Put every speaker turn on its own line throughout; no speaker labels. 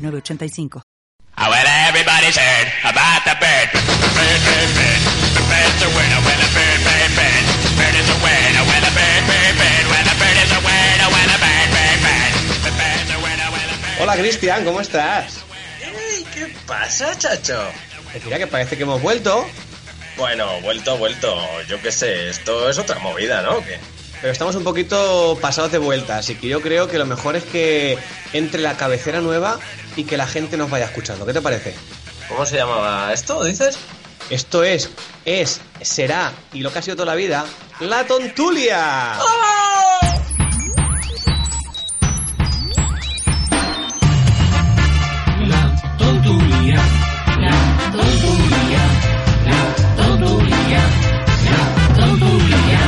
985.
Oh, well, everybody's heard about the bird. Bird, bird, bird. The bird's a word. Oh, well, a bird, bird, bird. Bird is a word. Oh, well, a bird, bird, bird. Well, a bird is a word. Oh, well, a bird, bird, bird. The bird's a word. Oh, well, a bird.
Hola Cristian, ¿cómo estás?
Ey, ¿Qué pasa, chacho?
Pues mira que parece que hemos vuelto,
Bueno, vuelto, vuelto. Yo qué sé, esto es otra movida, ¿no? ¿Qué?
pero estamos un poquito pasados de vuelta, así que yo creo que lo mejor es que entre la cabecera nueva y que la gente nos vaya escuchando. ¿Qué te parece?
¿Cómo se llamaba esto, dices?
Esto es, es, será y lo que ha sido toda la vida, la tontulia.
La tontulia, la tontulia, la tontulia, la tontulia,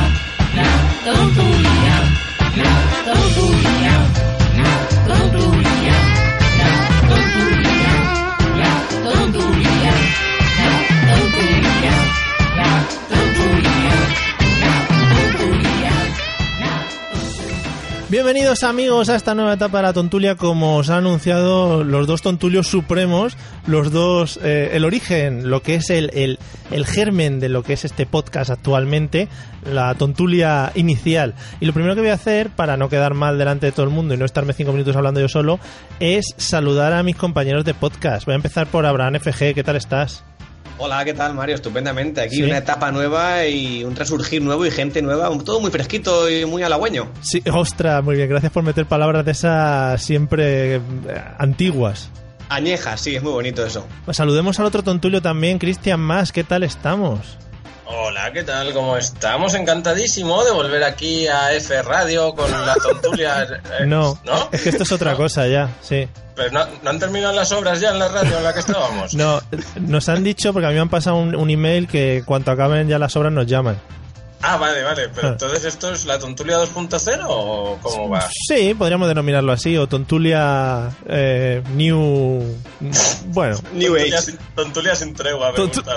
la tontulia, la tontulia, la tontulia, la tontulia, la tontulia, la tontulia, la tontulia, la tontulia.
Bienvenidos amigos a esta nueva etapa de la tontulia, como os han anunciado los dos tontulios supremos, los dos, eh, el origen, lo que es el, el, el germen de lo que es este podcast actualmente, la tontulia inicial. Y lo primero que voy a hacer, para no quedar mal delante de todo el mundo y no estarme cinco minutos hablando yo solo, es saludar a mis compañeros de podcast. Voy a empezar por Abraham FG, ¿qué tal estás?
Hola, ¿qué tal Mario? Estupendamente. Aquí
Sí.
una etapa nueva y un resurgir nuevo y gente nueva, un- todo muy fresquito y muy halagüeño.
Sí, ostras, muy bien, gracias por meter palabras de esas siempre eh, antiguas.
Añeja, sí, es muy bonito eso.
Pues Saludemos al otro tontulio también, Cristian Más, ¿qué tal estamos?
Hola, ¿qué tal? ¿Cómo estamos? Encantadísimo de volver aquí a F Radio con la tontulia. eh,
No,
¿No?
es que esto es otra cosa ya, sí.
Pero no, no han terminado las obras ya en la radio en la que estábamos.
No, nos han dicho, porque a mí me han pasado un, un email que cuando acaben ya las obras nos llaman.
Ah, vale, vale. Pero entonces esto es la tontulia 2.0 o cómo va?
Sí, podríamos denominarlo así, o Tontulia eh, New... Bueno,
New
Tontulia
Age.
sin- Tontulia sin tregua, me
Tontu-
gusta.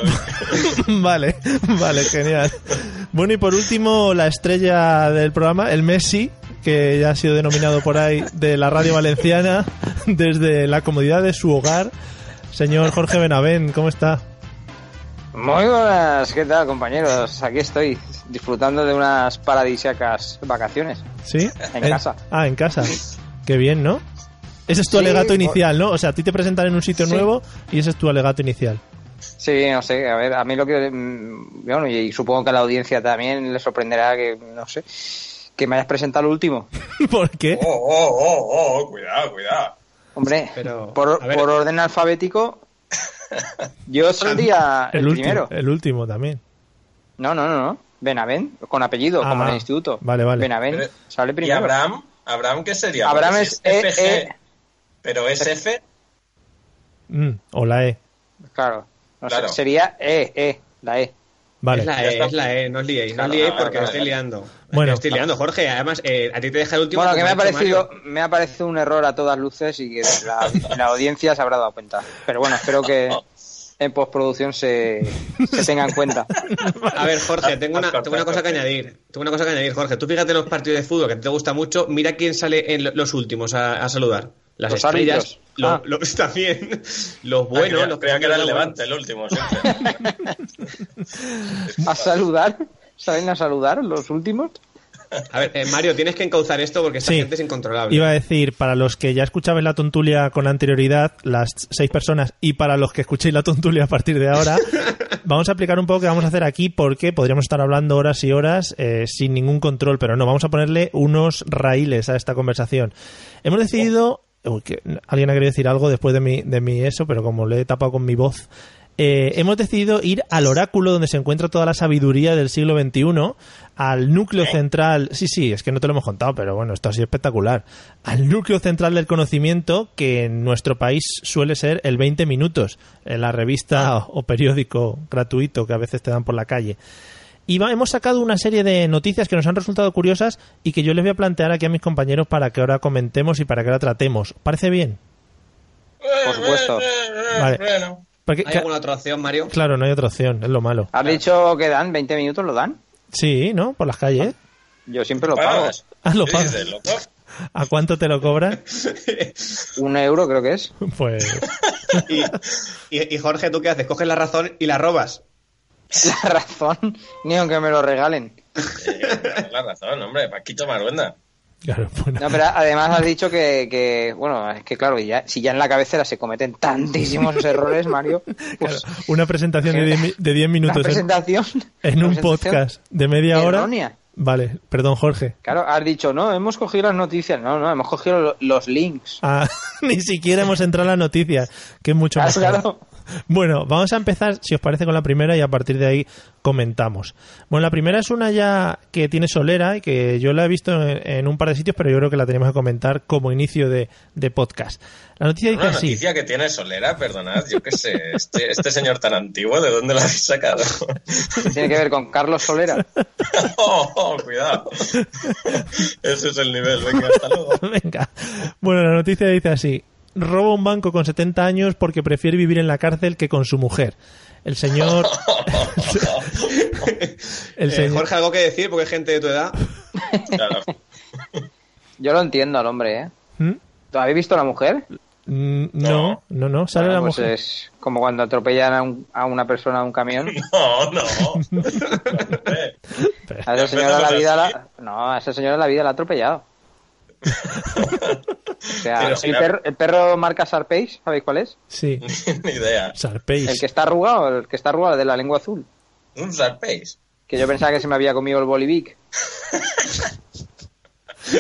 vale, vale, genial. Bueno, y por último, la estrella del programa, el Messi, que ya ha sido denominado por ahí de la radio valenciana, desde la comodidad de su hogar. Señor Jorge Benavent, ¿cómo está?
Muy buenas, ¿qué tal compañeros? Aquí estoy, disfrutando de unas paradisíacas vacaciones.
¿Sí?
En casa.
Ah, en casa. Qué bien, ¿no? Ese es tu
Sí,
alegato
por-
inicial, ¿no? O sea, a ti te presentan en un sitio
Sí.
nuevo y ese es tu alegato inicial.
Sí, no sé, a ver, a mí lo que... mm, Bueno, y supongo que a la audiencia también le sorprenderá que, no sé, que me hayas presentado el último.
¿Por qué?
Oh, oh, oh, oh, cuidado, cuidado.
Hombre,
Pero,
por,
a ver.
por orden alfabético, yo saldría el,
último.
primero.
El último también.
No, no, no, no. Benavent, con apellido,
Ah,
como en
va.
el instituto.
Vale, vale.
Benavent
Pero-
sale primero.
¿Y Abraham? ¿Abraham qué sería?
Abraham
Porque
es
si FG,
E, E.
pero es F.
Mm, o la E.
Claro, no sé,
Claro.
sería E, E, la E.
Vale.
Es la
Ya
E,
está.
es la E, no os liéis, no os
Claro,
liéis
vale,
porque me
vale,
estoy
vale.
liando.
Bueno.
Me estoy liando, Jorge. Además, eh, a ti te deja el último.
Bueno, que
como
me
ha
ha
hecho
parecido,
Mario.
me ha parecido un error a todas luces y que la, la audiencia se habrá dado cuenta. Pero bueno, espero que en postproducción se, se tenga en cuenta.
A ver, Jorge, tengo una,
Corta,
tengo una cosa que
corta.
añadir. Tengo una cosa que añadir, Jorge. Tú fíjate en los partidos de fútbol que a ti te gusta mucho. Mira quién sale en lo- los últimos a, a saludar. Las
Los
estrellas,
árbitros.
los,
Ah.
los- también, los
Ah,
buenos,
creía-
los que
creía
son
que era
de
el
los buenos.
Levante, el último, siempre.
A saludar, ¿saben a saludar los últimos?
A ver, eh, Mario, tienes que encauzar esto porque esta
Sí.
gente es incontrolable.
Iba a decir, para los que ya escuchabais la tontulia con anterioridad, las seis personas, y para los que escuchéis la tontulia a partir de ahora, vamos a aplicar un poco qué vamos a hacer aquí, porque podríamos estar hablando horas y horas eh, sin ningún control, pero no, vamos a ponerle unos raíles a esta conversación. Hemos decidido... Uy, que- alguien ha querido decir algo después de mi, de mi eso, pero como le he tapado con mi voz, eh, hemos decidido ir al oráculo donde se encuentra toda la sabiduría del siglo XXI, al núcleo central, sí, sí, es que no te lo hemos contado, pero bueno, esto ha sido espectacular, al núcleo central del conocimiento que en nuestro país suele ser el 20 minutos, eh, la revista o, o periódico gratuito que a veces te dan por la calle. Y va- hemos sacado una serie de noticias que nos han resultado curiosas y que yo les voy a plantear aquí a mis compañeros para que ahora comentemos y para que ahora tratemos. ¿Parece bien?
Por supuesto.
Vale.
Bueno,
Porque,
¿Hay alguna otra opción, Mario?
Claro, no hay otra opción, es lo malo.
¿Has dicho que dan 20 minutos? ¿Lo dan?
Sí, ¿no? Por las calles.
Yo siempre lo pago.
pagas.
Ah, lo
¿Qué
pagas.
dices, loco?
¿A cuánto te lo cobran?
Un euro creo que es.
Pues
Y, y- y Jorge, ¿tú qué haces? Coges la razón y la robas.
La razón, ni aunque me lo regalen.
Eh, tienes la razón, hombre, Paquito Maruenda.
Claro, bueno.
No, pero además has dicho que, que, bueno, es que claro, ya, si ya en la cabecera se cometen tantísimos errores, Mario, pues
Claro, una presentación de 10 mi- de 10
la
minutos en-
presentación...
en,
la
un
presentación-
podcast de media hora.
errónea.
Vale, perdón, Jorge.
Claro, has dicho, no, hemos cogido las noticias, no, no, hemos cogido lo- los links.
Ah, ni siquiera hemos entrado en las noticias, que es mucho
Claro,
más.
claro.
Bueno, vamos a empezar, si os parece, con la primera y a partir de ahí comentamos. Bueno, la primera es una ya que tiene solera y que yo la he visto en, en un par de sitios, pero yo creo que la tenemos que comentar como inicio de, de podcast. La noticia dice
Una
así.
noticia que tiene Solera, perdonad, yo qué sé, este, este señor tan antiguo, ¿de dónde lo habéis sacado?
Tiene que ver con Carlos Solera.
oh, oh, cuidado. Ese es el nivel, venga, hasta luego.
Venga. Bueno, la noticia dice así. Roba un banco con 70 años porque prefiere vivir en la cárcel que con su mujer. El señor... el
Eh,
señor...
Jorge, ¿algo que decir? Porque hay gente de tu edad.
Claro.
Yo lo entiendo al hombre, ¿eh?
¿Mm?
¿Lo habéis visto a la mujer?
Mm, No, no, no. Sale
Bueno,
la
pues
mujer.
es como cuando atropellan a, un- a una persona a un camión.
No, Oh, no. Hombre,
A esa señora la vida la... No, a esa señora la vida la ha atropellado. O sea,
Pero
el,
si la-
perro, el perro marca Sarpeis, ¿sabéis cuál es?
Sí.
Ni idea.
Sarpeis.
El que está arrugado, el que está arrugado, el de la lengua azul.
Un Zarpace.
Que yo pensaba que se me había comido el bolivic.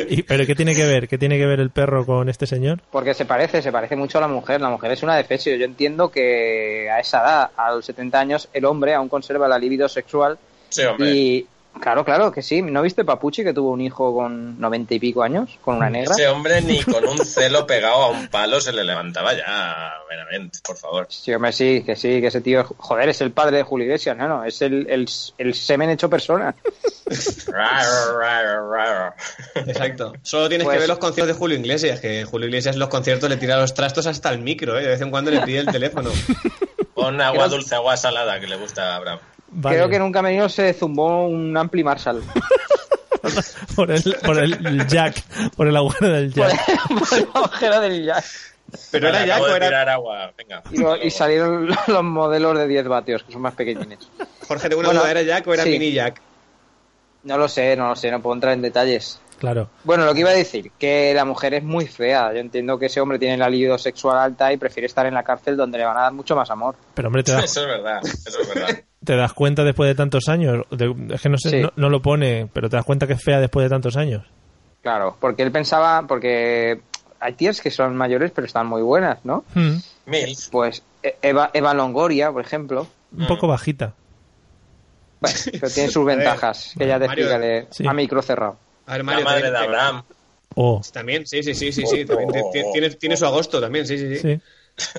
Y- ¿Pero qué tiene que ver? ¿Qué tiene que ver el perro con este señor?
Porque se parece, se parece mucho a la mujer. La mujer es una defesio. Yo entiendo que a esa edad, a los 70 años, el hombre aún conserva la libido sexual.
Sí, hombre.
Y claro, claro que sí. ¿No viste Papuchi que tuvo un hijo con 90 y pico años? Con una negra.
Ese hombre ni con un celo pegado a un palo se le levantaba ya. Veramente, por favor.
Sí, hombre, sí, que sí, que ese tío, joder, es el padre de Julio Iglesias, no, no, es el, el, el semen hecho persona.
Rar, rar, rar.
Exacto. Solo tienes
Pues-
que ver los conciertos de Julio Iglesias, que Julio Iglesias en los conciertos le tira los trastos hasta el micro, ¿eh? De vez en cuando le pide el teléfono.
Pon agua
Creo-
dulce, agua salada que le gusta a Abraham.
Vale.
Creo que en un camerino se zumbó un Ampli Marshall.
por, el, por el Jack. Por el agujero del
Por
Jack.
la ojera del Jack.
Pero era
Vale,
ya
acabo de
era...
tirar agua. Venga.
Y, lo-
hasta
y
luego.
salieron los los modelos de 10 vatios, que son más pequeñines.
Jorge, tengo una
Bueno,
duda, ¿era Jack o era
sí.
Mini Jack?
No lo sé, no lo sé, no puedo entrar en detalles.
Claro.
Bueno, lo que iba a decir, que la mujer es muy fea. Yo entiendo que ese hombre tiene la libido sexual alta y prefiere estar en la cárcel donde le van a dar mucho más amor.
Pero hombre, te das,
Eso es verdad, eso es verdad.
te das cuenta después de tantos años. De- es que no sé,
Sí.
no- no lo pone, pero te das cuenta que es fea después de tantos años.
Claro, porque él pensaba, porque hay tías que son mayores pero están muy buenas, ¿no?
Hmm.
Mills.
Pues E- Eva, Eva Longoria, por ejemplo,
Ah.
Un poco bajita.
bueno, pero tiene sus
ver,
ventajas, que ya te
Mario,
explicaré
sí.
a micro cerrado.
A ver,
La
Mario,
madre
también-
de Abraham.
Oh,
También, sí, sí, sí, sí, sí.
Oh,
también ti-
oh,
ti-
oh.
tiene, tiene su agosto también, sí, sí, sí,
sí.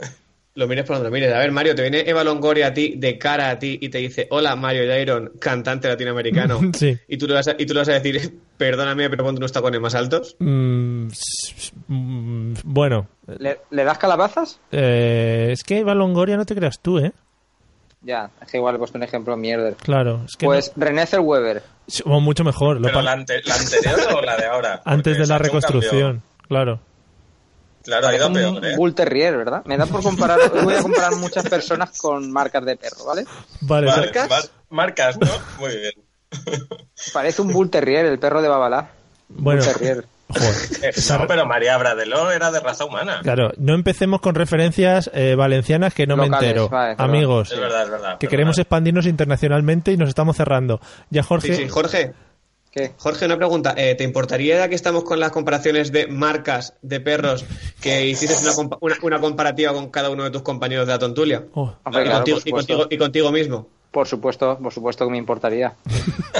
Lo mires por donde lo mires. A ver, Mario, te viene Eva Longoria a ti, de cara a ti, y te dice, hola, Mario Jairon, cantante latinoamericano.
Sí.
Y tú, le vas a, y tú le vas a decir, perdóname, pero ponte unos tacones más altos.
Mm, s- s- mm, bueno,
¿Le, le das calabazas?
eh, es que Eva Longoria no te creas tú, ¿eh?
Ya, es que igual he puesto un ejemplo mierder.
Claro, es que
Pues René Zellweger,
no- sí, o mucho mejor. lo
¿Pero
pa-
la, ante- la anterior o la de ahora?
antes
Porque
de
se
la
ha hecho un cambio.
reconstrucción, claro.
Claro, ha ido peor, ¿eh?
un bull terrier, ¿verdad? Me da por comparar, hoy voy a comparar muchas personas con marcas de perro, ¿vale?
Vale,
Vale,
ya-
mar- marcas, ¿no? Muy bien.
Parece un bull terrier, el perro de Babalá.
bueno.
Bull terrier.
Joder.
Eh, no, pero María Bradeló era de raza humana.
Claro, no empecemos con referencias eh, valencianas que no me
Locales,
entero.
vale, perdón.
Amigos,
Es verdad, es verdad.
que
perdona.
queremos expandirnos internacionalmente y nos estamos cerrando. Ya,
Sí,
Jorge,
sí, Jorge.
¿Qué ¿Qué?
Jorge, una pregunta. Eh, ¿Te importaría, ya que estamos con las comparaciones de marcas de perros, que hicieses una, compa- una- una comparativa con cada uno de tus compañeros de la tontulia?
Oh.
Hombre,
y,
claro,
contigo,
por
y,
supuesto.
contigo- y contigo mismo.
Por supuesto, por supuesto que me importaría.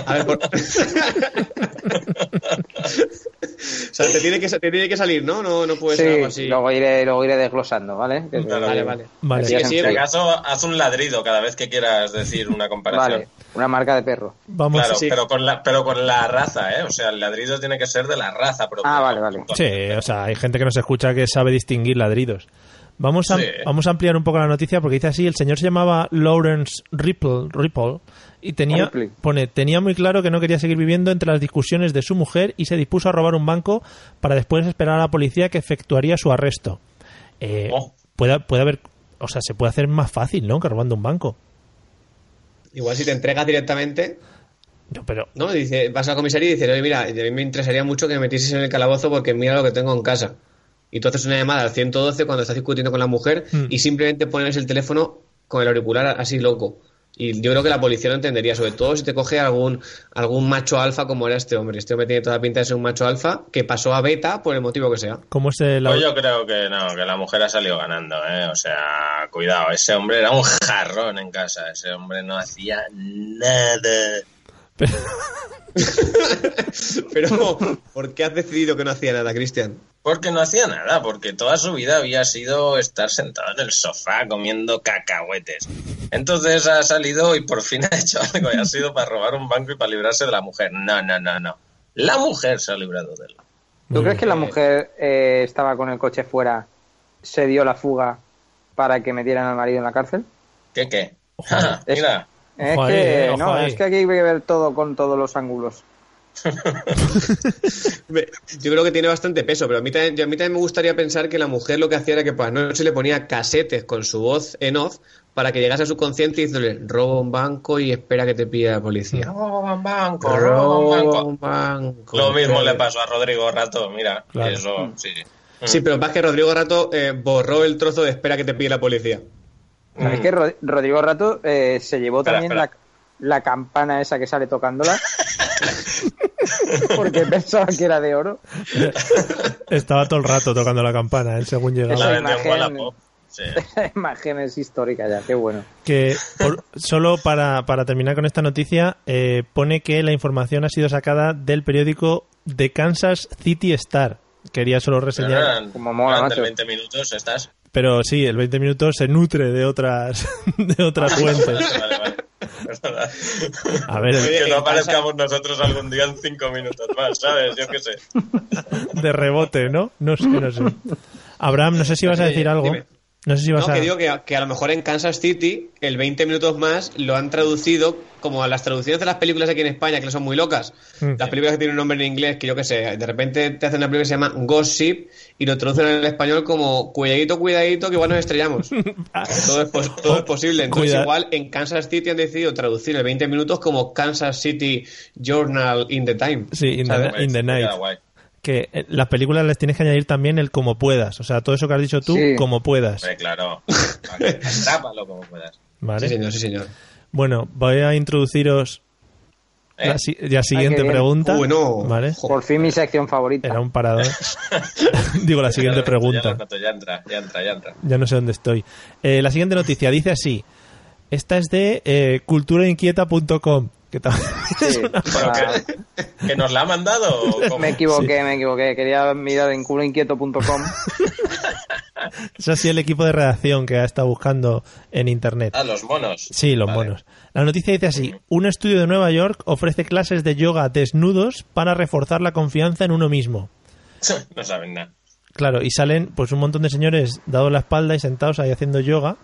A ver, por- o sea, te tiene, que, sa- te tiene que salir, ¿no? No, no puedes ser
sí,
Pues algo así.
luego iré, luego iré desglosando, ¿vale? Que-
Vale, vale.
Vale.
Así que
Sí,
sí,
Si acaso, haz un ladrido cada vez que quieras decir una comparación.
Vale, una marca de perro.
Vamos.
Claro,
Sí.
pero, con la, pero con la raza, ¿eh? O sea, el ladrido tiene que ser de la raza propia.
Ah, vale, vale.
Sí, o sea, hay gente que nos escucha que sabe distinguir ladridos. Vamos a,
Sí.
vamos a ampliar un poco la noticia porque dice así, el señor se llamaba Lawrence Ripple, Ripple y tenía,
Ripple.
pone, tenía muy claro que no quería seguir viviendo entre las discusiones de su mujer y se dispuso a robar un banco para después esperar a la policía que efectuaría su arresto. Eh,
Oh.
puede, puede haber, o sea, se puede hacer más fácil, ¿no? Que robando un banco.
Igual si te entregas directamente,
No, pero
¿no? Dice, vas a la comisaría y dices, oye, mira, a mí me interesaría mucho que me metieses en el calabozo porque mira lo que tengo en casa. Y tú haces una llamada al 112 cuando estás discutiendo con la mujer
Mm.
y simplemente pones el teléfono con el auricular así loco. Y yo creo que la policía lo entendería, sobre todo si te coge algún, algún macho alfa como era este hombre. Este hombre tiene toda la pinta de ser un macho alfa que pasó a beta por el motivo que sea.
¿cómo es el...
Pues yo creo que no, que la mujer ha salido ganando, ¿eh? O sea, cuidado, ese hombre era un jarrón en casa, ese hombre no hacía nada.
Pero, ¿por qué has decidido que no hacía nada, Cristian?
Porque no hacía nada, porque toda su vida había sido estar sentado en el sofá comiendo cacahuetes. Entonces ha salido y por fin ha hecho algo, y ha sido para robar un banco y para librarse de la mujer. No, no, no, no. La mujer se ha librado de él.
Muy
¿Tú crees
bien.
que la mujer eh, estaba con el coche fuera, se dio la fuga para que metieran al marido en la cárcel?
¿Qué qué?
Ojo.
Mira,
Es
Ojo ahí,
que,
eh, ojo
no,
ahí.
es que aquí hay que ver todo con todos los ángulos.
Me- Yo creo que tiene bastante peso, pero a mí, también, yo- a mí también me gustaría pensar que la mujer lo que hacía era que por la noche le ponía casetes con su voz en off para que llegase a su consciente y diciéndole roba un banco y espera que te pida la policía.
roba un banco, roba un
Roba
banco.
un banco.
Lo mismo le pasó a Rodrigo Rato, mira,
Claro.
eso sí.
Sí, pero más que Rodrigo Rato eh, borró el trozo de espera que te pide la policía.
¿Sabes que Ro- Rodrigo Rato eh, se llevó
Mm. Espera,
también
espera.
La, la campana esa que sale tocándola? Porque pensaba que era de oro.
Estaba todo el rato tocando la campana, él según
La
llegaba.
Esa
vendió en
imagen-
Wallapop. Sí.
Esa imagen es histórica ya, qué bueno.
que por- solo para, para terminar con esta noticia eh, pone que la información ha sido sacada del periódico The Kansas City Star quería solo
Pero
Ah.
reseñar
eran-
Como mola,
eran de
macho.
20 minutos estás.
pero sí el 20 minutos se nutre de otras de otras fuentes
Vale, vale. Perdona.
a ver
que
en
no
casa-
aparezcamos nosotros algún día en 5 minutos más, ¿sabes? Yo qué sé.
de rebote no no sé no sé Abraham no sé si vas a decir algo
Dime.
no sé si vas
No,
a
que digo que a, que a lo mejor en Kansas City el 20 minutos más lo han traducido como a las traducciones de las películas aquí en España, que son muy locas.
Mm.
Las películas que tienen un nombre en inglés, que yo qué sé, de repente te hacen una película que se llama Gossip y lo traducen en español como cuidadito, cuidadito, que igual nos estrellamos.
Ah,
todo es, pos- todo es posible. Entonces
Cuida-
igual en Kansas City han decidido traducir el 20 minutos como Kansas City Journal in the Time.
sí in
¿sabes?
the, in the night
Queda Pues, guay.
que eh, las películas les tienes que añadir también el como puedas o sea todo eso que has dicho tú
Sí.
como puedas
Hombre, claro. Vale, Atrápalo como puedas.
vale
Sí, señor, sí, señor.
Bueno, voy a introduciros
¿Eh?
la, si- la siguiente
Ah, qué bien.
pregunta.
Uy, no.
¿Vale?
Jo-
Por fin mi sección favorita.
Era un parador. Digo, la siguiente
Ya, Ya,
pregunta.
Renato, ya entra, ya entra, ya entra.
Ya no sé dónde estoy. Eh, la siguiente noticia dice así. Esta es de eh, culturainquieta.com. que tam-
Sí,
Bueno,
para-
¿que, que nos la ha mandado? o cómo?
Me equivoqué, me equivoqué. Quería mirar en culoinquieto.com.
Es así el equipo de redacción que ha estado buscando en internet.
Ah, los monos.
Sí, los
Vale.
monos. La noticia dice así: un estudio de Nueva York ofrece clases de yoga desnudos para reforzar la confianza en uno mismo.
No saben nada.
Claro, y salen pues un montón de señores dados la espalda y sentados ahí haciendo yoga.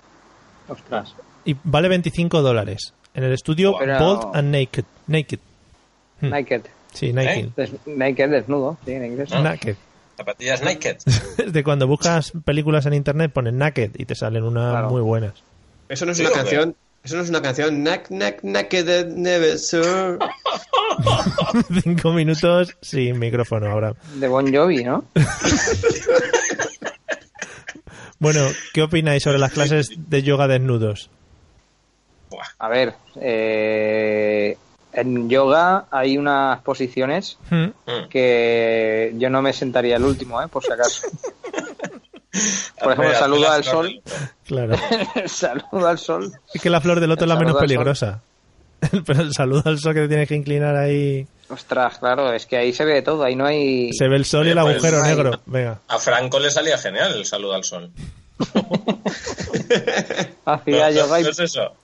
Ostras.
Y vale 25 dólares. En el estudio
Pero-
Bold and Naked. Naked. Hmm.
Naked.
Sí, Naked.
Des- naked desnudo, sí, en inglés.
Ah.
Naked.
Zapatillas naked.
Es de cuando buscas películas en internet pones Naked y te salen unas
Claro.
muy buenas.
Eso no es
Sí,
una
hombre.
canción. Eso no es una canción. Knack, knack, naked, never, sir.
Cinco minutos sin micrófono ahora.
De Bon Jovi, ¿no?
Bueno, ¿qué opináis sobre las clases de yoga desnudos?
Buah,
A ver, eh, En yoga hay unas posiciones
Mm.
Mm.
que yo no me sentaría el último, ¿eh? por si acaso. Por
A ver,
ejemplo,
hazle
saludo
la
al
flor
sol.
del loto.
Claro.
saludo al sol.
Es que la flor del otro es la
El
menos
saludo al sol.
peligrosa. Pero el saludo al sol que te tienes que inclinar ahí.
Ostras, claro, es que ahí se ve de todo, ahí no hay...
Se ve el sol y el
Oye, pues,
agujero
ahí.
negro. Venga.
A Franco le salía genial el saludo al sol.
Hacía
No, no,
yoga y
no es eso.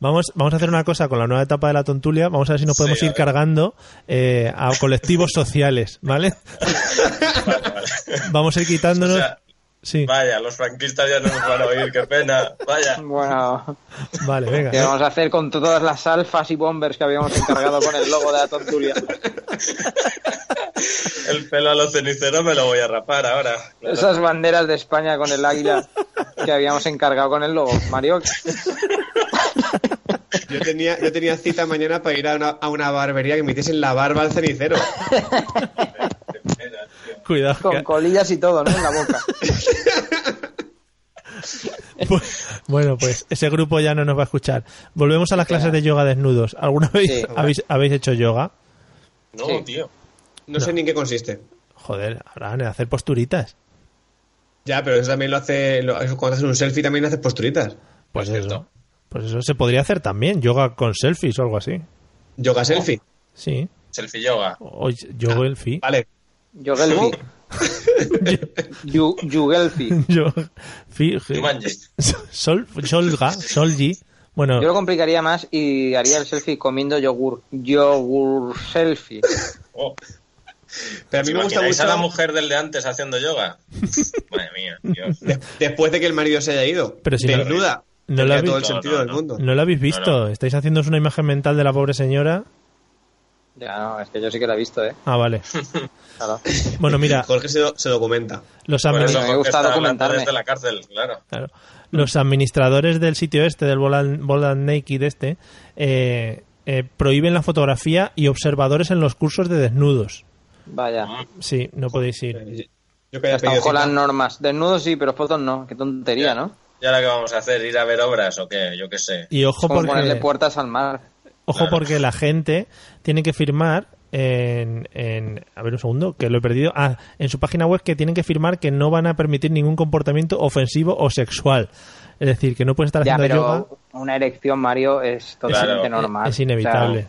Vamos, vamos a hacer una cosa con la nueva etapa de la tontulia. Vamos a ver si nos
Sí,
podemos
a
ir
ver.
cargando eh, a colectivos sociales, ¿vale?
Vale, vale.
Vamos a ir quitándonos.
O sea,
sí,
Vaya, los franquistas ya no nos van a oír, qué pena. Vaya.
Bueno,
vale, venga.
¿qué vamos a hacer con todas las alfas y bombers que habíamos encargado con el logo de la tontulia?
El pelo a los ceniceros me lo voy a rapar ahora. Claro.
Esas banderas de España con el águila que habíamos encargado con el logo. Mario,
Yo tenía, yo tenía cita mañana para ir a una, a una barbería que me hiciesen la barba al cenicero.
Cuidado.
con
que-
colillas y todo, ¿no? En la boca.
Pues- bueno, pues ese grupo ya no nos va a escuchar. Volvemos a las clases de yoga desnudos. ¿Alguna vez
Sí.
habéis, habéis hecho yoga?
No,
Sí.
tío.
No, sé ni en qué consiste.
Joder, habrán de hacer posturitas.
Ya, pero eso también lo hace. lo- eso cuando haces un selfie también haces posturitas.
Pues
Es
eso.
cierto.
Pues eso se podría hacer también, yoga con selfies o algo así.
Oh.
Yoga selfie.
Sí.
Selfie yoga.
O o
Ah.
yoga selfie.
Vale.
Yogelfi. Yu- Yugelfi.
Yo, fi-
Jumanji.
sol, solga, solgi. Bueno,
Yo lo complicaría más y haría el selfie comiendo yogur. Yogur selfie.
Oh.
Pero a
¿Os
mí me gusta
imagináis
mucho.
a la mujer del de antes haciendo yoga? Madre mía, Dios.
de- después de que el marido se haya ido.
Pero si no-
desnuda.
no
Tendría
la vi-
todo el
No,
sentido
no,
del
no.
mundo.
no lo habéis visto.
No,
Estáis haciéndoos una imagen mental de la pobre señora.
Ya, no, es que yo sí que la he visto, ¿eh?
Ah, vale.
Claro.
Bueno, mira,
Jorge se, do- se documenta.
los,
Por
ameri-
eso,
me
porque
gusta
está hablando
documentarme.
desde la cárcel, claro.
Claro. Los administradores del sitio este, del Boland, Boland Naked este, eh, eh, prohíben la fotografía y observadores en los cursos de desnudos.
Vaya.
Ah,
Sí, no podéis ir.
Yo yo que haya
Hasta
pedido
ojo
cita.
las normas. Desnudos sí, pero fotos no. Qué tontería, ¿no?
¿Y ahora qué vamos a hacer? ¿Ir a ver obras o qué? Yo qué sé.
Y ojo
Como ponerle
porque,
puertas al mar.
ojo porque la gente tiene que firmar en, en- A ver un segundo, que lo he perdido. Ah, en su página web que tienen que firmar que no van a permitir ningún comportamiento ofensivo o sexual. Es decir, que no puedes estar
Ya,
haciendo
pero
yoga.
una erección, Mario, es totalmente
Claro.
normal.
Es inevitable.
O sea,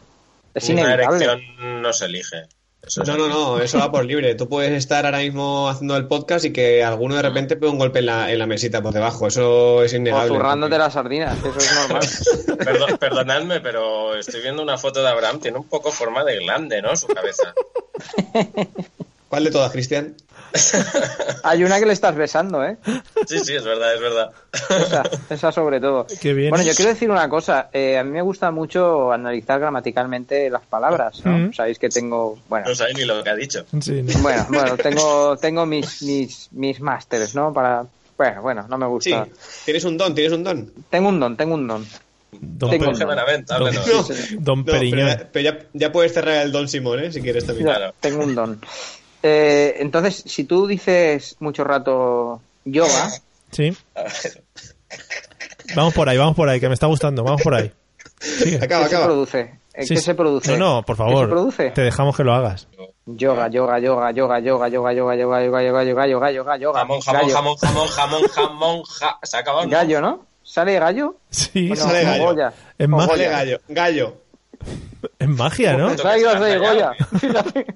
es
Una
inevitable.
erección no se elige. Eso es
No, no, no, eso va por libre. Tú puedes estar ahora mismo haciendo el podcast y que alguno
Ah.
de repente pegue un golpe en la, en la mesita por debajo. Eso es
O
innegable.
zurrándote las sardinas, que eso es normal.
Perdo- perdonadme, pero estoy viendo una foto de Abraham. Tiene un poco forma de glande, ¿no? Su cabeza.
¿Cuál de todas, Cristian?
Hay una que le estás besando, ¿eh?
Sí, sí, es verdad, es verdad.
Esa, esa sobre todo.
Qué bien.
Bueno, yo quiero decir una cosa. eh, a mí me gusta mucho analizar gramaticalmente las palabras, ¿no?
Mm.
Sabéis que tengo... Bueno,
No sabéis ni lo que ha dicho.
Sí, no.
bueno, bueno tengo, tengo mis, mis, mis másteres, ¿no? Para... Bueno, bueno, no me
Sí,
gusta.
tienes un don, tienes un don.
Tengo un don, tengo un don.
Don,
Tengo-
Pe-
Jorge Benavent, háblenos.
No,
Don
no,
Periñón.
pero, pero ya, ya puedes cerrar el don Simón, ¿eh? si quieres también.
Ya,
Claro.
Tengo un don. Eh, entonces, si tú dices mucho rato yoga,
Sí. Vamos por ahí, vamos por ahí, que me está gustando, vamos por ahí. Sigue.
Acaba,
¿qué se
acaba.
produce? Eh,
Sí,
¿Qué
sí.
se
No,
produce?
no, por
¿Qué
favor.
se produce?
Te dejamos que lo hagas.
Yoga, yoga, yoga, yoga, yoga, yoga, yoga, yoga, yoga, yoga, yoga, yoga, yoga, yoga.
Jamón, jamón,
Gallo.
jamón, jamón, jamón, jamón, ja- Se ha acabado. ¿no?
Gallo, ¿no? ¿Sale gallo?
Sí,
Bueno,
sale
o
gallo.
Goya.
Es
O
más-
Vale,
Goya.
gallo. Gallo.
es magia, ¿no?
Pensaba que ibas a decir Goya. Fíjate.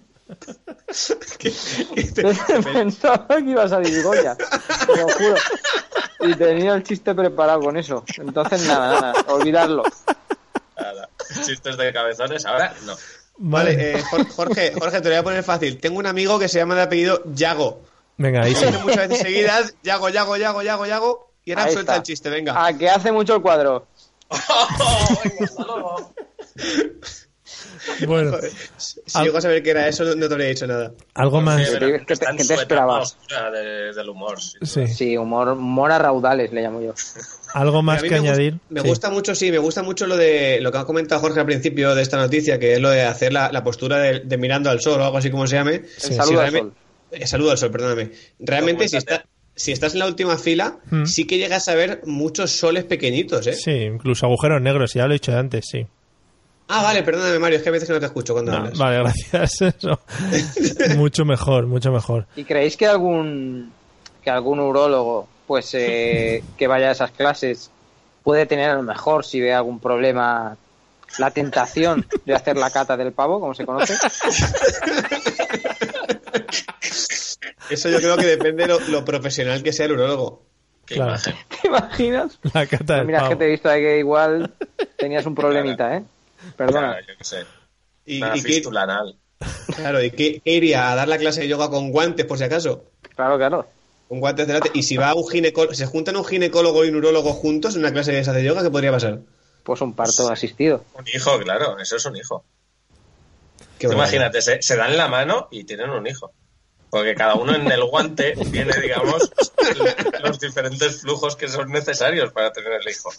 Pensaba que ibas a decir Goya. Te lo juro. Y tenía el chiste preparado con eso. Entonces, nada, nada. Olvidarlo.
Nada. Chistes de cabezones, ahora no.
Vale,
Vale.
eh, Jor- Jorge, Jorge, te lo voy a poner fácil. Tengo un amigo que se llama de apellido Yago.
Venga, ahí sí.
Dice muchas veces seguidas, Yago, Yago, Yago, Yago, Yago. Y ahora
Ahí
suelta
está.
el chiste, venga.
A que hace mucho el cuadro.
Bueno,
Si llego a saber que era eso, no- no te habría dicho nada.
algo más.
Jorge, te- que te-
Está en
que te
su etapa
esperabas.
oscura de- del humor. sin duda.
Sí,
Sí, humor, humor a raudales le llamo yo.
algo más
A mí
que
me gust-
añadir.
me
Sí.
gusta mucho, sí, me gusta mucho lo de lo que ha comentado Jorge al principio de esta noticia, que es lo de hacer la, la postura de, de mirando al sol o algo así como se llame.
Sí.
El saludo al
realme-
sol.
eh, saludo al sol, perdóname. Realmente, si, está-
Documentate.
si estás en la última fila,
Mm.
sí que llegas a ver muchos soles pequeñitos, ¿eh?
Sí, incluso agujeros negros, ya lo he dicho antes, sí.
Ah, vale, perdóname, Mario, es que a veces que no te escucho cuando
No,
hablas.
vale, gracias. eso. mucho mejor, mucho mejor.
¿Y creéis que algún que algún urólogo, pues eh, que vaya a esas clases, puede tener a lo mejor si ve algún problema la tentación de hacer la cata del pavo, como se conoce?
Eso yo creo que depende lo, lo profesional que sea el urólogo.
Qué
Claro.
imagen.
¿Te imaginas?
La cata del
Pues Mira, es que
pavo.
te he visto ahí que igual tenías un problemita, ¿eh? Perdona.
Claro, yo qué sé.
Y,
Una
y qué-
fístula anal.
claro, ¿y qué qué iría? ¿A dar la clase de yoga con guantes, por si acaso?
Claro, claro.
Con guantes delante. Y si va un ginecólogo, se juntan un ginecólogo y un urólogo juntos en una clase de esas de yoga, ¿qué podría pasar?
Pues un parto asistido.
Un hijo, claro, eso es un hijo.
Qué
Tú
barbaridad.
Imagínate, se, se dan la mano y tienen un hijo. Porque cada uno en el guante tiene, digamos, los diferentes flujos que son necesarios para tener el hijo.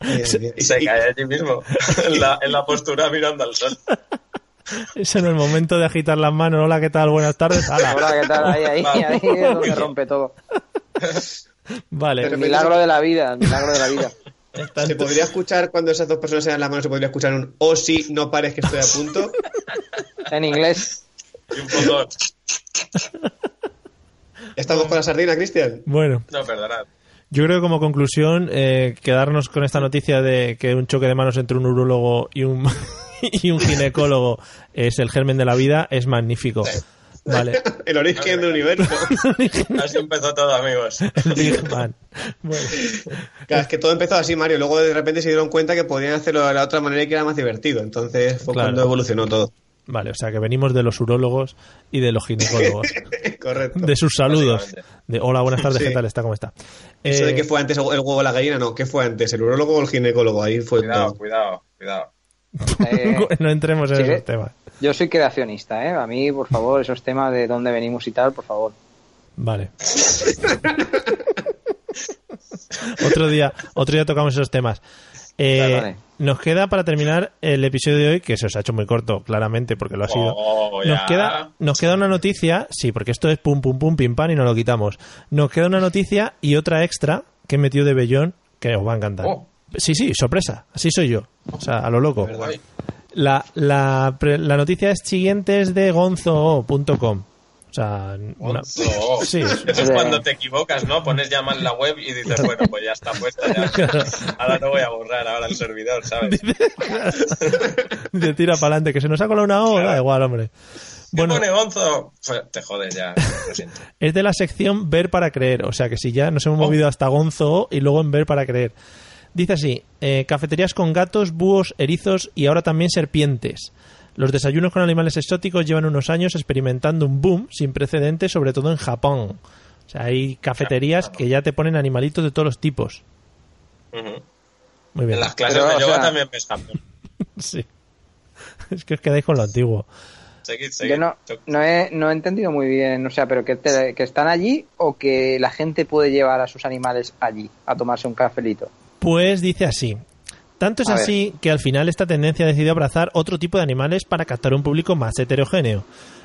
Bien, bien.
Y se cae allí mismo, en la, en la postura mirando al sol.
Eso en el momento de agitar las manos. Hola, ¿qué tal? Buenas tardes. Ala.
Ahora, ¿qué tal? Ahí, ahí, ahí es donde rompe todo.
Vale.
El milagro de la vida, el milagro de la vida.
Se podría escuchar cuando esas dos personas se dan la mano, se podría escuchar un oh sí, no pares que estoy a punto.
En inglés.
Y un poco...
¿Estamos con la sardina, Cristian?
Bueno,
No, perdonad.
yo creo que como conclusión, eh, quedarnos con esta noticia de que un choque de manos entre un urólogo y un, y un ginecólogo es el germen de la vida es magnífico. Vale.
El origen del universo.
Así empezó todo, amigos.
El Big Bang. Bueno,
Claro, es que todo empezó así, Mario. Luego de repente se dieron cuenta que podían hacerlo de la otra manera y que era más divertido. Entonces fue
Claro.
cuando evolucionó todo.
vale, o sea que venimos de los urólogos y de los ginecólogos.
Correcto.
De sus saludos. De hola, buenas tardes, ¿qué
Sí.
tal? ¿Está cómo está?
Eso de
Eh,
que fue antes el huevo o la gallina, no. ¿Qué fue antes? ¿El urologo o el ginecólogo? Ahí fue
Cuidado,
todo.
cuidado, cuidado.
Eh,
no entremos en
¿Sí?
esos temas.
yo soy creacionista, ¿eh? A mí, por favor, esos temas de dónde venimos y tal, por favor.
Vale. otro día, otro día tocamos esos temas. Eh,
Vale, vale.
Nos queda para terminar el episodio de hoy, que se os ha hecho muy corto, claramente, porque lo ha sido.
Oh,
nos,
ya.
queda, nos queda una noticia, sí, porque esto es pum, pum, pum, pim, pam y no lo quitamos. Nos queda una noticia y otra extra que he metido de Bellón que os va a encantar.
Oh.
Sí, sí, sorpresa, así soy yo. O sea, a lo loco.
Guay.
La, la, pre- la noticia es siguiente es de gonzo.com. O sea, una-
Gonzo.
sí, es-
Eso es cuando te equivocas, ¿no? Pones ya mal la web y dices, bueno, pues ya está puesta ya. Ahora no voy a borrar ahora el servidor, ¿sabes?
de tira para adelante, que se nos ha colado una O, da igual, hombre. Bueno,
¿Qué pone Gonzo? Pues, Te jodes ya, lo siento.
es de la sección Ver para Creer, o sea que si ya nos hemos movido hasta Gonzo O y luego en Ver para Creer. Dice así, eh, cafeterías con gatos, búhos, erizos y ahora también serpientes. Los desayunos con animales exóticos llevan unos años experimentando un boom sin precedentes, sobre todo en Japón. O sea, hay cafeterías que ya te ponen animalitos de todos los tipos.
Ujú.
Muy bien.
En las clases
Pero,
de
o
yoga
sea-
también me escapan.
Sí. Es que os quedáis con lo antiguo.
Seguid, seguid.
Yo no, no, he, no he entendido muy bien, o sea, pero que, te- que están allí o que la gente puede llevar a sus animales allí a tomarse un cafelito.
Pues dice así. Tanto es
A ver.
así que al final esta tendencia decidió abrazar otro tipo de animales para captar un público más heterogéneo.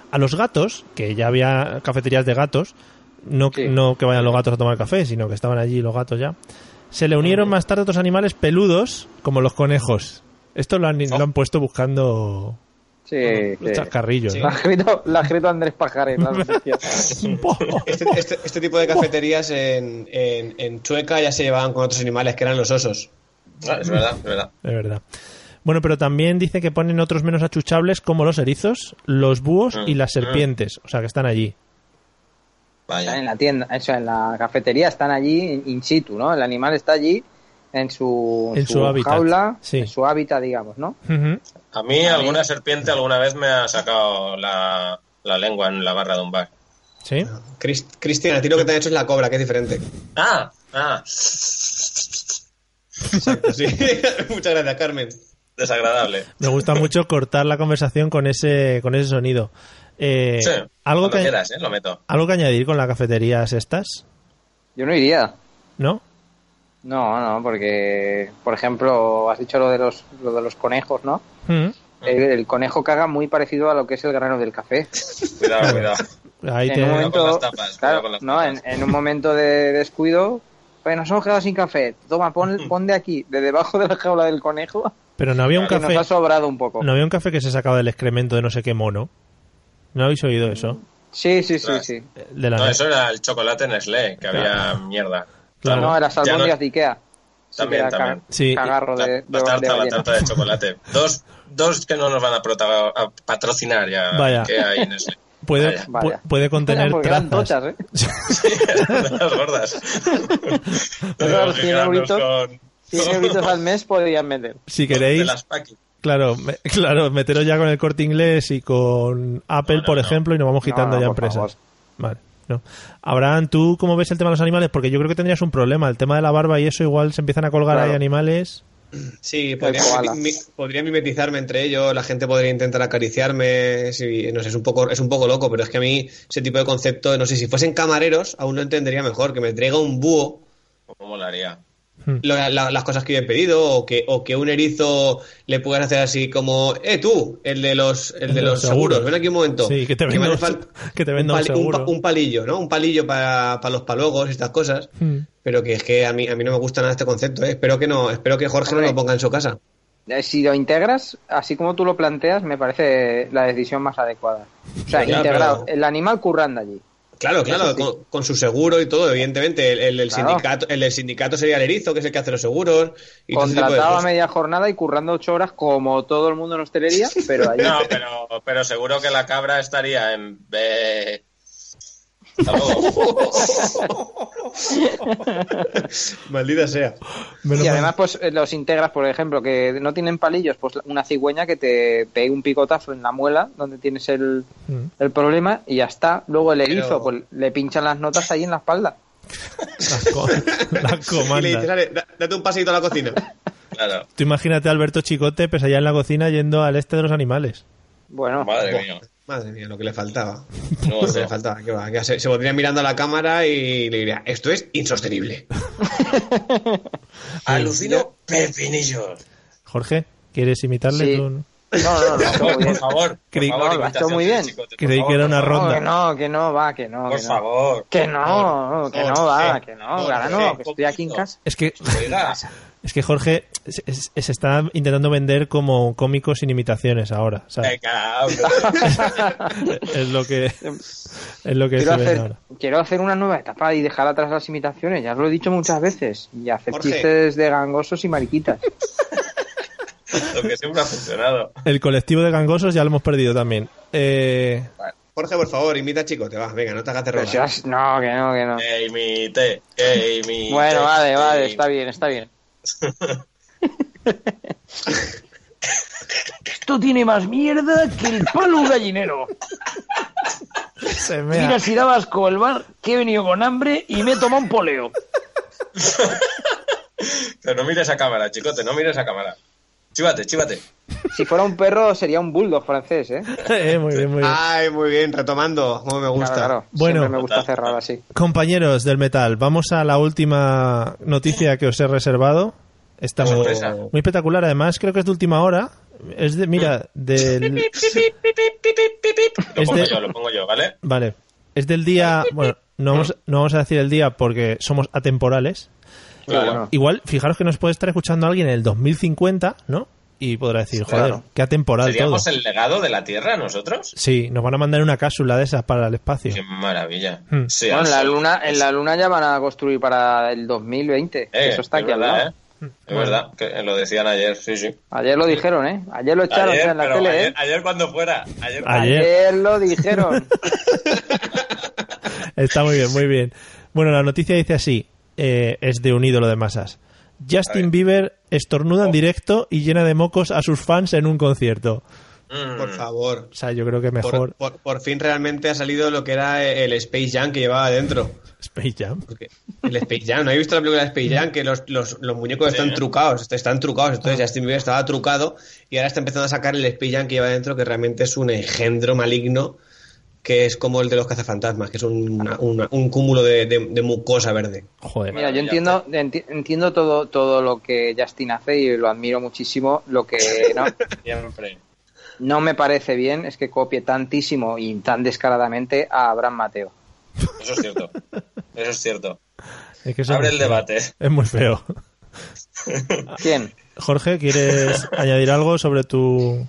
A los gatos, que ya había cafeterías de gatos, no,
Sí.
no que vayan los gatos a tomar café, sino que estaban allí los gatos ya, se le
Mm.
unieron más tarde otros animales peludos, como los conejos. Esto lo han, lo han puesto buscando
Oh. Sí,
los
sí.
chascarrillos.
La ha escrito, la ha escrito Andrés Pajares. la noticia.
¿no?
Este, este- este tipo de cafeterías en, en, en Chueca ya se llevaban con otros animales que eran los osos.
Ah, es verdad, es verdad.
De verdad. Bueno, pero también dice que ponen otros menos achuchables como los erizos, los búhos
Ah.
y las serpientes. O sea, que están allí.
Vaya.
Están en la tienda, eso, en la cafetería están allí in situ, ¿no? El animal está allí en su,
En su hábitat,
jaula,
sí.
en su hábitat, digamos, ¿no?
Ujú.
A mí alguna serpiente alguna vez me ha sacado la, la lengua en la barra de un bar.
¿Sí?
Cris- Cristian, a ti lo que te han hecho es la cobra, que es diferente.
Ah, ah,
Exacto, sí. Muchas gracias, Carmen.
desagradable.
Me gusta mucho cortar la conversación con ese, con ese sonido. Eh,
Sí,
algo,
cuando
que,
quieras, ¿eh? Lo meto.
algo que añadir con las cafeterías estas,
Yo no iría.
¿no?
No, no, porque, por ejemplo, has dicho lo de los, lo de los conejos, ¿no?
Ujú.
El, el conejo caga muy parecido a lo que es el granero del café.
Cuidado, cuidado.
Ahí
en
te-
Cuidado
un momento,
con las tapas, cuidado
claro,
con las
no, en,
tapas.
en un momento de descuido, pues nos hemos quedado sin café. Toma, pon, pon de aquí, de debajo de la jaula del conejo,
Pero no había un
Que nos
café.
ha sobrado un poco.
No había un café que se sacaba del excremento de no sé qué mono. ¿No habéis oído eso?
Sí, sí, sí,
Ostras.
sí.
Eh, De la
No, eso era el chocolate Nestlé, que había mierda.
Claro.
No, las
Ya no-
albóndigas de Ikea. Sí,
También,
que era ca-
también.
Sí.
Cagarro
La,
de, de-
la
de
tarta, la
ballena.
tarta de chocolate. Dos, dos que no nos van a, prota- a patrocinar ya.
Vaya.
Que hay en Nestlé.
Puede,
Vaya.
pu-
Vaya.
puede contener
Porque eran
trazas.
tochas, ¿eh?
Las gordas.
Claro, cien
Fijarnos
euritos.
con-
100 euritos al mes podrían meter.
Si
de
queréis,
las Paki.
claro, me- claro, meteros ya con el corte inglés y con Apple,
No, no,
por
no.
ejemplo, y nos vamos quitando
No,
ya
por
empresas.
favor.
Vale. No. Abraham, ¿tú cómo ves el tema de los animales? Porque yo creo que tendrías un problema. El tema de la barba y eso, igual se empiezan a colgar
Claro.
ahí animales.
Sí, podría,
koala.
mi- podría mimetizarme entre ellos, la gente podría intentar acariciarme, sí, no sé, es un poco, es un poco loco, pero es que a mí ese tipo de concepto, no sé, si fuesen camareros, aún lo entendería mejor, que me traiga un búho
¿Cómo molaría?
lo- la- las cosas que yo he pedido, o que, o que un erizo le puedas hacer así como, eh, tú, el de los, el de los seguros. ven aquí un momento.
Sí, que te
me
venda un,
hace falta
que te
un,
venda un
pali- un pa-
seguro.
un palillo, ¿no? Un palillo para, para los palogos, estas cosas.
Hmm.
Pero que es que a mí, a mí no me gusta nada este concepto, ¿eh? Espero que no, espero que Jorge no
Hombre.
lo ponga en su casa.
Eh, Si lo integras, así como tú lo planteas, me parece la decisión más adecuada. O sea,
Ya,
integrado.
pero-
El animal curranda allí.
Claro, claro,
Eso sí.
con, con su seguro y todo, evidentemente. El, el del
Claro.
sindicato, el del sindicato sería el erizo, que es el que hace los seguros. Y todo ese tipo de
Contratado a
cosas.
media jornada y currando ocho horas como todo el mundo en hostelería, pero allí.
No, pero, pero seguro que la cabra estaría en. eh, hasta luego.
Maldita sea.
Menos
Y
mal.
además, pues eh, los integras, por ejemplo, que no tienen palillos, pues la- una cigüeña que te pegue un picotazo en la muela, donde tienes el,
Mm.
el problema, y ya está. Luego el erizo,
Pero-
pues le pinchan las notas ahí en la espalda.
Las, co- las
Y le dices,
comandas.
"Ale, da- date un paseito a la cocina.
Claro,
Tú imagínate a Alberto Chicote, pues allá en la cocina yendo al este de los animales.
Bueno,
madre mía.
Madre mía, lo que le faltaba.
No,
Lo que Pues le
no.
faltaba, que va, que se, se pondría mirando a la cámara y le diría, esto es insostenible.
Alucino pepinillos.
Jorge, ¿quieres imitarle?
Sí.
Tú, no?
no, no, lo ha hecho muy
Por
bien.
favor, por
Creí-
favor,
No, lo ha hecho
imitación
muy
de
bien.
chicote, por
Creí
favor,
que era una
por favor,
No,
ronda.
que no, que no, va, que no.
Por
que no.
favor.
Que no, que no va,
Jorge,
que no, que ahora no,
Jorge,
que estoy aquí en casa.
Es que,
Oiga,
es que Jorge se, se- se está intentando vender como un cómico sin imitaciones ahora.
eh,
¿sabes?
venga, hombre.
Es lo que, es lo que se
Quiero
vende
hacer,
ahora.
quiero hacer una nueva etapa y dejar atrás las imitaciones, ya os lo he dicho muchas veces. Y hacer
Jorge.
chistes de gangosos y mariquitas.
lo que siempre ha funcionado.
El colectivo de gangosos ya lo hemos perdido también. Eh,
Jorge, por favor, invita a Chicote, va, venga, no te hagas de
Pero
rogar.
si has- no, que no, que no.
Que imite, que imite.
Bueno, vale,
que
vale,
imite.
está bien, está bien. Esto tiene más mierda que el palo gallinero.
se mea.
Mira si dabas con el bar, que he venido con hambre y me he tomado un poleo.
Pero no mires a cámara, chicote, no mires a cámara. Chívate, chívate.
Si fuera un perro, sería un bulldog francés, ¿eh?
Eh, muy bien, muy bien.
Ay, muy bien, retomando, como me gusta.
Claro, claro.
Bueno.
Siempre me gusta cerrar así.
Compañeros del metal, vamos a la última noticia que os he reservado. Está muy,
Sorpresa.
muy espectacular, además creo que es de última hora. Es de, mira, del...
Lo
Es
pongo
de-
yo, lo pongo yo, ¿vale?
Vale. Es del día. Bueno, no vamos, no vamos a decir el día porque somos atemporales.
Pero
Claro.
bueno,
Igual, fijaros que nos puede estar escuchando alguien en el 2050, ¿no? Y podrá decir, joder,
Claro.
qué atemporal todo.
¿Seríamos el legado de la Tierra nosotros?
Sí, nos van a mandar una cápsula de esas para el espacio.
Qué maravilla.
Hmm.
Sí,
Bueno, en la
absolut-
luna, en la luna ya van a construir para el 2020.
Eh,
Eso está
es
aquí al
verdad,
lado.
¿eh? Es verdad, que lo decían ayer, sí, sí.
Ayer lo dijeron, ¿eh? Ayer lo echaron
Ayer,
ya en la
pero
tele,
ayer,
¿eh?
ayer cuando fuera. Ayer,
Ayer.
lo dijeron.
Está muy bien, muy bien. Bueno, la noticia dice así: eh, es de un ídolo de masas. Justin Bieber estornuda en
Oh.
directo y llena de mocos a sus fans en un concierto.
Mm.
Por favor.
O sea, yo creo que
Por,
mejor
por- por fin realmente ha salido lo que era el Space Jam que llevaba adentro.
Space Jam.
Porque el Space Jam, ¿no he visto la película de Space Jam? Que los, los, los muñecos están trucados, est- están trucados. Entonces Justin Bieber estaba trucado y ahora está empezando a sacar el Space Jam que lleva adentro, que realmente es un engendro maligno, que es como el de los cazafantasmas, que es un, una- una- un cúmulo de, de- de mucosa verde.
Joder.
Mira, yo entiendo, enti- entiendo todo, todo lo que Justin hace y lo admiro muchísimo. Lo que no,
Siempre.
no me parece bien es que copie tantísimo y tan descaradamente a Abraham Mateo.
Eso es cierto. Eso es cierto.
Es que eso
Abre
es
el
muy feo.
debate.
Es muy feo.
¿Quién?
Jorge, ¿quieres añadir algo sobre tu...?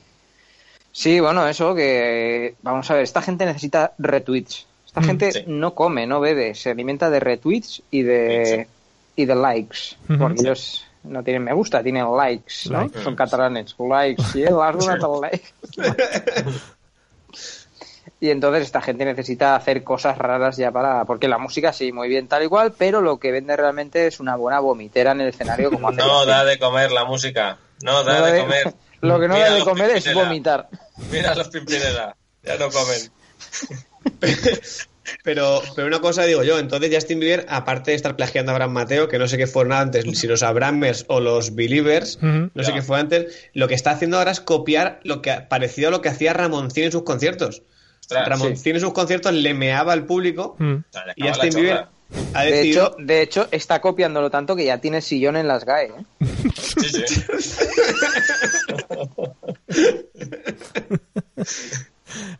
Sí, bueno, eso que. Vamos a ver, esta gente necesita retweets. Esta gente
Mm, sí.
no come, no bebe, se alimenta de retweets y de, y de likes.
Ujú.
Porque
Sí.
ellos no tienen me gusta, tienen likes, ¿no?
Likes.
Son catalanes, likes, y el árbol del like. Y entonces esta gente necesita hacer cosas raras ya para. Porque la música sí, muy bien, tal y cual, pero lo que vende realmente es una buena vomitera en el escenario, como hace.
No da de comer la música. No da de comer.
Lo que no
Mira
da de
los
comer es
Pimpinela.
vomitar.
Mira a los pimpinela. Ya no comen.
Pero, pero una cosa digo yo, entonces Justin Bieber, aparte de estar plagiando a Abraham Mateo, que no sé qué fueron antes, si los Abrahamers o los Believers,
Ujú.
no sé
Ya.
qué fue antes, lo que está haciendo ahora es copiar lo que parecido a lo que hacía Ramoncín en sus conciertos.
Ostras,
Ramoncín en sus conciertos le meaba al público
Mm.
Dale,
y
acaba la
Justin Bieber
chorra.
ha
De
decidido...
hecho, de hecho, está copiándolo tanto que ya tiene sillón en las GAE. ¿eh?
Sí, sí.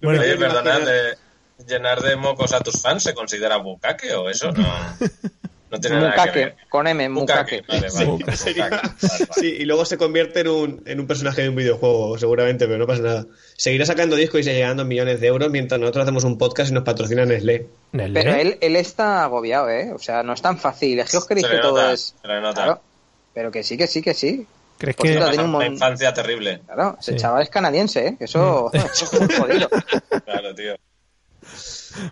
Bueno,
Oye,
Pero-
perdonad, eh, llenar de mocos a tus fans se considera bucaque o eso no, no tiene nada que
Mucaque,
ver.
con M,
Bucaque,
mucaque.
vale, vale. Bucaque,
Sería-
vale, vale.
Sí, y luego se convierte en un, en un personaje de un videojuego, seguramente, pero no pasa nada. Seguirá sacando discos y seguirá ganando millones de euros mientras nosotros hacemos un podcast y nos patrocina Nestlé.
Nele.
Pero eh, él, él está agobiado, ¿eh? O sea, no es tan fácil. Es que os creéis
Se le
que todo
nota,
es.
se le nota.
Claro, pero que sí, que sí, que sí.
¿Crees
Pues
que...?
mira,
Una
tiene un mon-
infancia terrible.
Claro, ese
Sí.
chaval es canadiense, ¿eh? Que Eso, eso es muy jodido.
Claro, tío.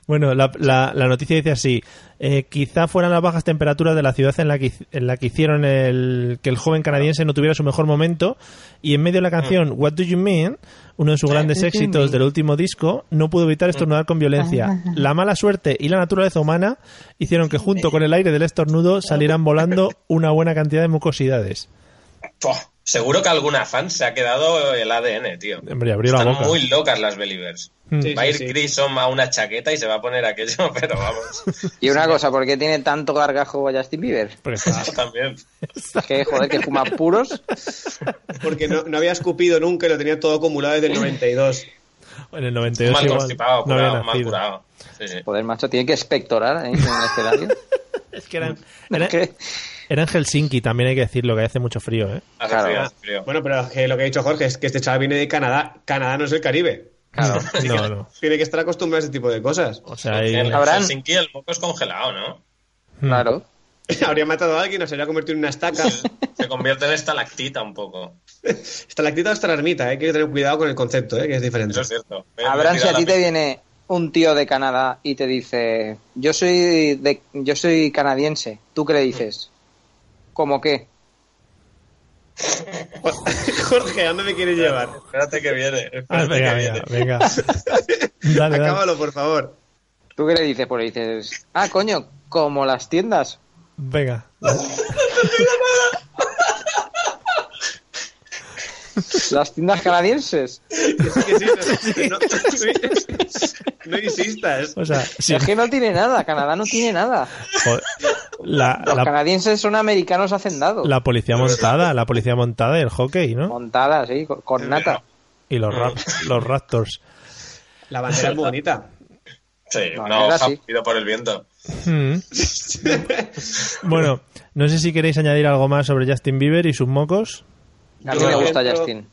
Bueno, la, la- la noticia dice así: eh, quizá fueran las bajas temperaturas de la ciudad en la que, hic- en la que hicieron el, que el joven canadiense no tuviera su mejor momento, y en medio de la canción What Do You Mean, uno de sus grandes éxitos del último disco, no pudo evitar estornudar con violencia. La mala suerte y la naturaleza humana hicieron que, junto con el aire del estornudo, salieran volando una buena cantidad de mucosidades.
Puh, Seguro que alguna fan se ha quedado el ADN, tío.
Hombre, abrió la
Están
boca.
muy locas las Believers.
Mm.
Sí,
Va a ir
sí.
Chrisom a una chaqueta y se va a poner aquello, pero vamos.
Y una cosa, ¿por qué tiene tanto gargajo Justin Bieber?
Porque está-
También.
Es que, joder, que fuma puros.
Porque no, no había escupido nunca y lo tenía todo acumulado desde el 92.
en el
Un
92
mal
igual
constipado,
no había
curado, mal
nacido.
curado. Sí, sí.
Joder, macho, tiene que espectorar ¿eh? en el escenario.
Es que eran- era,
Que-
era en Helsinki, también hay que decirlo, que hace mucho frío, ¿eh?
Hace
Claro.
frío, hace frío.
Bueno, pero que lo que ha dicho Jorge es que este chaval viene de Canadá. Canadá no es el Caribe.
Claro, no, no.
Tiene que estar acostumbrado a ese tipo de cosas.
O sea, Mm. hay-
En
Habrán-
Helsinki el moco es congelado, ¿no?
Claro.
Habría matado a alguien o se habría convertido en una estaca.
Se convierte en estalactita un poco.
Estalactita o estalagmita, ¿eh? hay que tener cuidado con el concepto, ¿eh? que es diferente.
Eso es cierto. Me- me
Abraham, si
tira
a
la
ti te
pi-
viene un tío de Canadá y te dice, yo soy de, yo soy canadiense, ¿tú qué le dices? ¿Cómo qué?
Jorge, ¿a dónde me quieres llevar?
Espérate que viene. Espérate
Ah, venga,
que
venga,
viene.
venga. Dale, dale.
Acábalo, por favor.
¿Tú qué le dices? Pues le dices, ah, coño, como las tiendas.
Venga.
Las tiendas canadienses.
Que sí, que sí, no, no- no insistas.
O sea, sí,
Es que no tiene nada, Canadá no tiene nada.
joder. la,
Los
la,
canadienses son americanos hacendados.
la policía montada, la policía montada y el hockey, ¿no?
Montadas, sí, con, con nata.
Y los, rap- los Raptors.
La bandera es muy bonita.
Sí,
No,
no,
era
ja,
así.
pido por el viento.
Mm. Bueno, no sé si queréis añadir algo más sobre Justin Bieber y sus mocos.
A mí
Yo
me gusta
creo-
Justin.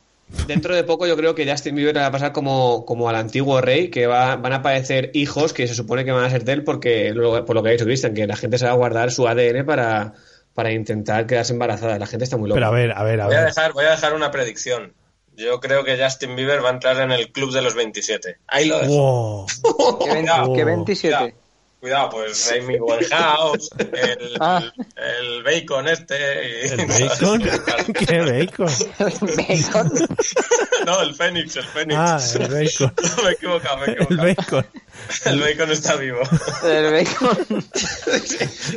Dentro de poco yo creo que Justin Bieber va a pasar como, como al antiguo rey, que va- van a aparecer hijos que se supone que van a ser de él porque, lo- por lo que ha dicho Christian, que la gente se va a guardar su ADN para, para intentar quedarse embarazada. La gente está muy
Pero a
loca.
ver, a ver, a
Voy a,
ver.
dejar, voy a dejar una predicción. Yo creo que Justin Bieber va a entrar en el club de los 27. Ahí lo dejo.
Wow.
Que, vein-
Cuidado,
que
Oh.
27.
cuidado. Cuidado, pues Amy Winehouse, el,
Ah.
el bacon este. y-
¿El bacon? ¿Qué bacon?
Bacon.
no, el Fénix, el Fénix.
Ah, el bacon.
No, me he equivocado, me he
El
equivocado. El bacon,
bacon.
está vivo.
El bacon.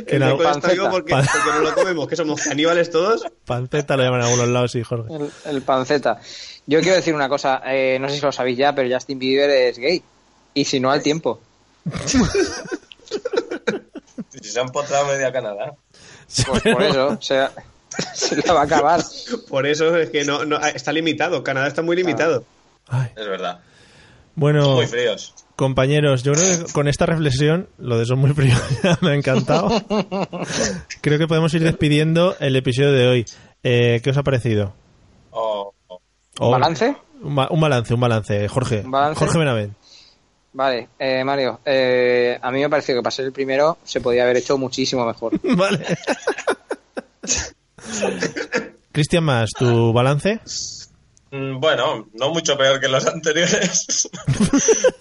Que
El
la
bacon está vivo
panceta.
porque,
Pan-
porque no lo comemos, que somos caníbales todos.
panceta lo llaman en algunos lados, sí, Jorge.
El, el panceta. Yo quiero decir una cosa, eh, no sé si lo sabéis ya, pero Justin Bieber es gay. Y si no, al tiempo.
Si se han potrado media Canadá.
Pues por eso, o sea, se la va a acabar.
Por eso es que no, no- está limitado. Canadá está muy limitado.
Ay.
Es verdad.
Bueno,
Muy fríos.
compañeros, yo creo que con esta reflexión, lo de son muy fríos me ha encantado. Creo que podemos ir despidiendo el episodio de hoy. Eh, ¿Qué os ha parecido?
O, o-
Oh.
O-
¿Balance?
Un ba- un balance, un balance, Jorge.
¿Un balance?
Jorge Benavent.
Vale, eh, Mario, eh, a mí me pareció que para ser el primero se podía haber hecho muchísimo mejor.
Vale. Cristian Más, ¿tu balance?
mm, bueno, no mucho peor que los anteriores,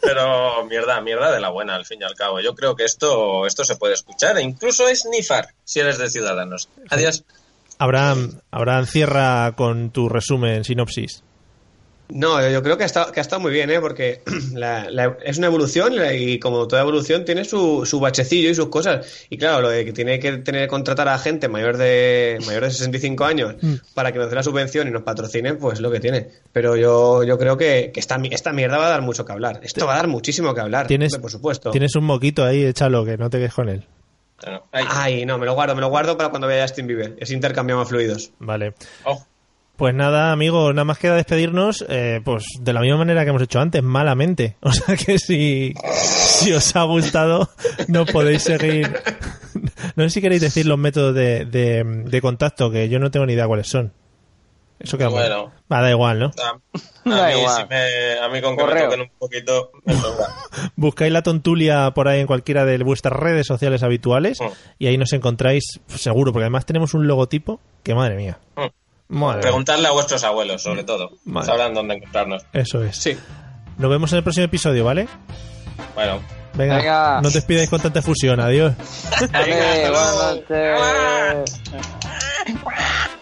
pero mierda, mierda de la buena, al fin y al cabo. Yo creo que esto, esto se puede escuchar e incluso es nifar si eres de Ciudadanos. Adiós.
Abraham, Abraham, cierra con tu resumen, sinopsis.
No, yo- yo creo que ha estado, que ha estado muy bien, ¿eh? porque la- la- es una evolución la- y como toda evolución tiene su, su bachecillo y sus cosas. Y claro, lo de que tiene que tener que contratar a gente mayor de mayor de 65 años
Mm.
para que nos dé la subvención y nos patrocinen, pues es lo que tiene. Pero yo, yo creo que, que esta, mi- esta mierda va a dar mucho que hablar. Esto va a dar muchísimo que hablar,
Tienes-
hombre, por supuesto.
Tienes un moquito ahí, échalo, que no te quedes con él.
Bueno, ahí.
Ay, no, me lo guardo, me lo guardo para cuando vea Justin Bieber. Es intercambiamos fluidos.
Vale.
Oh,
Pues nada, amigos, nada más queda despedirnos, eh, pues de la misma manera que hemos hecho antes, malamente. O sea que si, si os ha gustado, no podéis seguir. No sé si queréis decir los métodos de, de- de contacto, que yo no tengo ni idea cuáles son. Eso queda mal.
Bueno.
Va, da igual, ¿no?
a, a
Da
mí,
igual.
si me- a mí con que me
Correo.
toquen un poquito, me sobra.
Buscáis la tontulia por ahí en cualquiera de vuestras redes sociales habituales
Mm.
y ahí nos encontráis seguro, porque además tenemos un logotipo que madre mía.
Mm.
Madre mía.
Preguntadle a vuestros abuelos, sobre todo.
Vale.
Sabrán dónde encontrarnos.
Eso es.
Sí.
Nos vemos en el próximo episodio, ¿vale?
Bueno,
Venga,
Venga.
no te despidáis con tanta fusión, adiós.
Vale,
hasta
buenas
luego.
noches.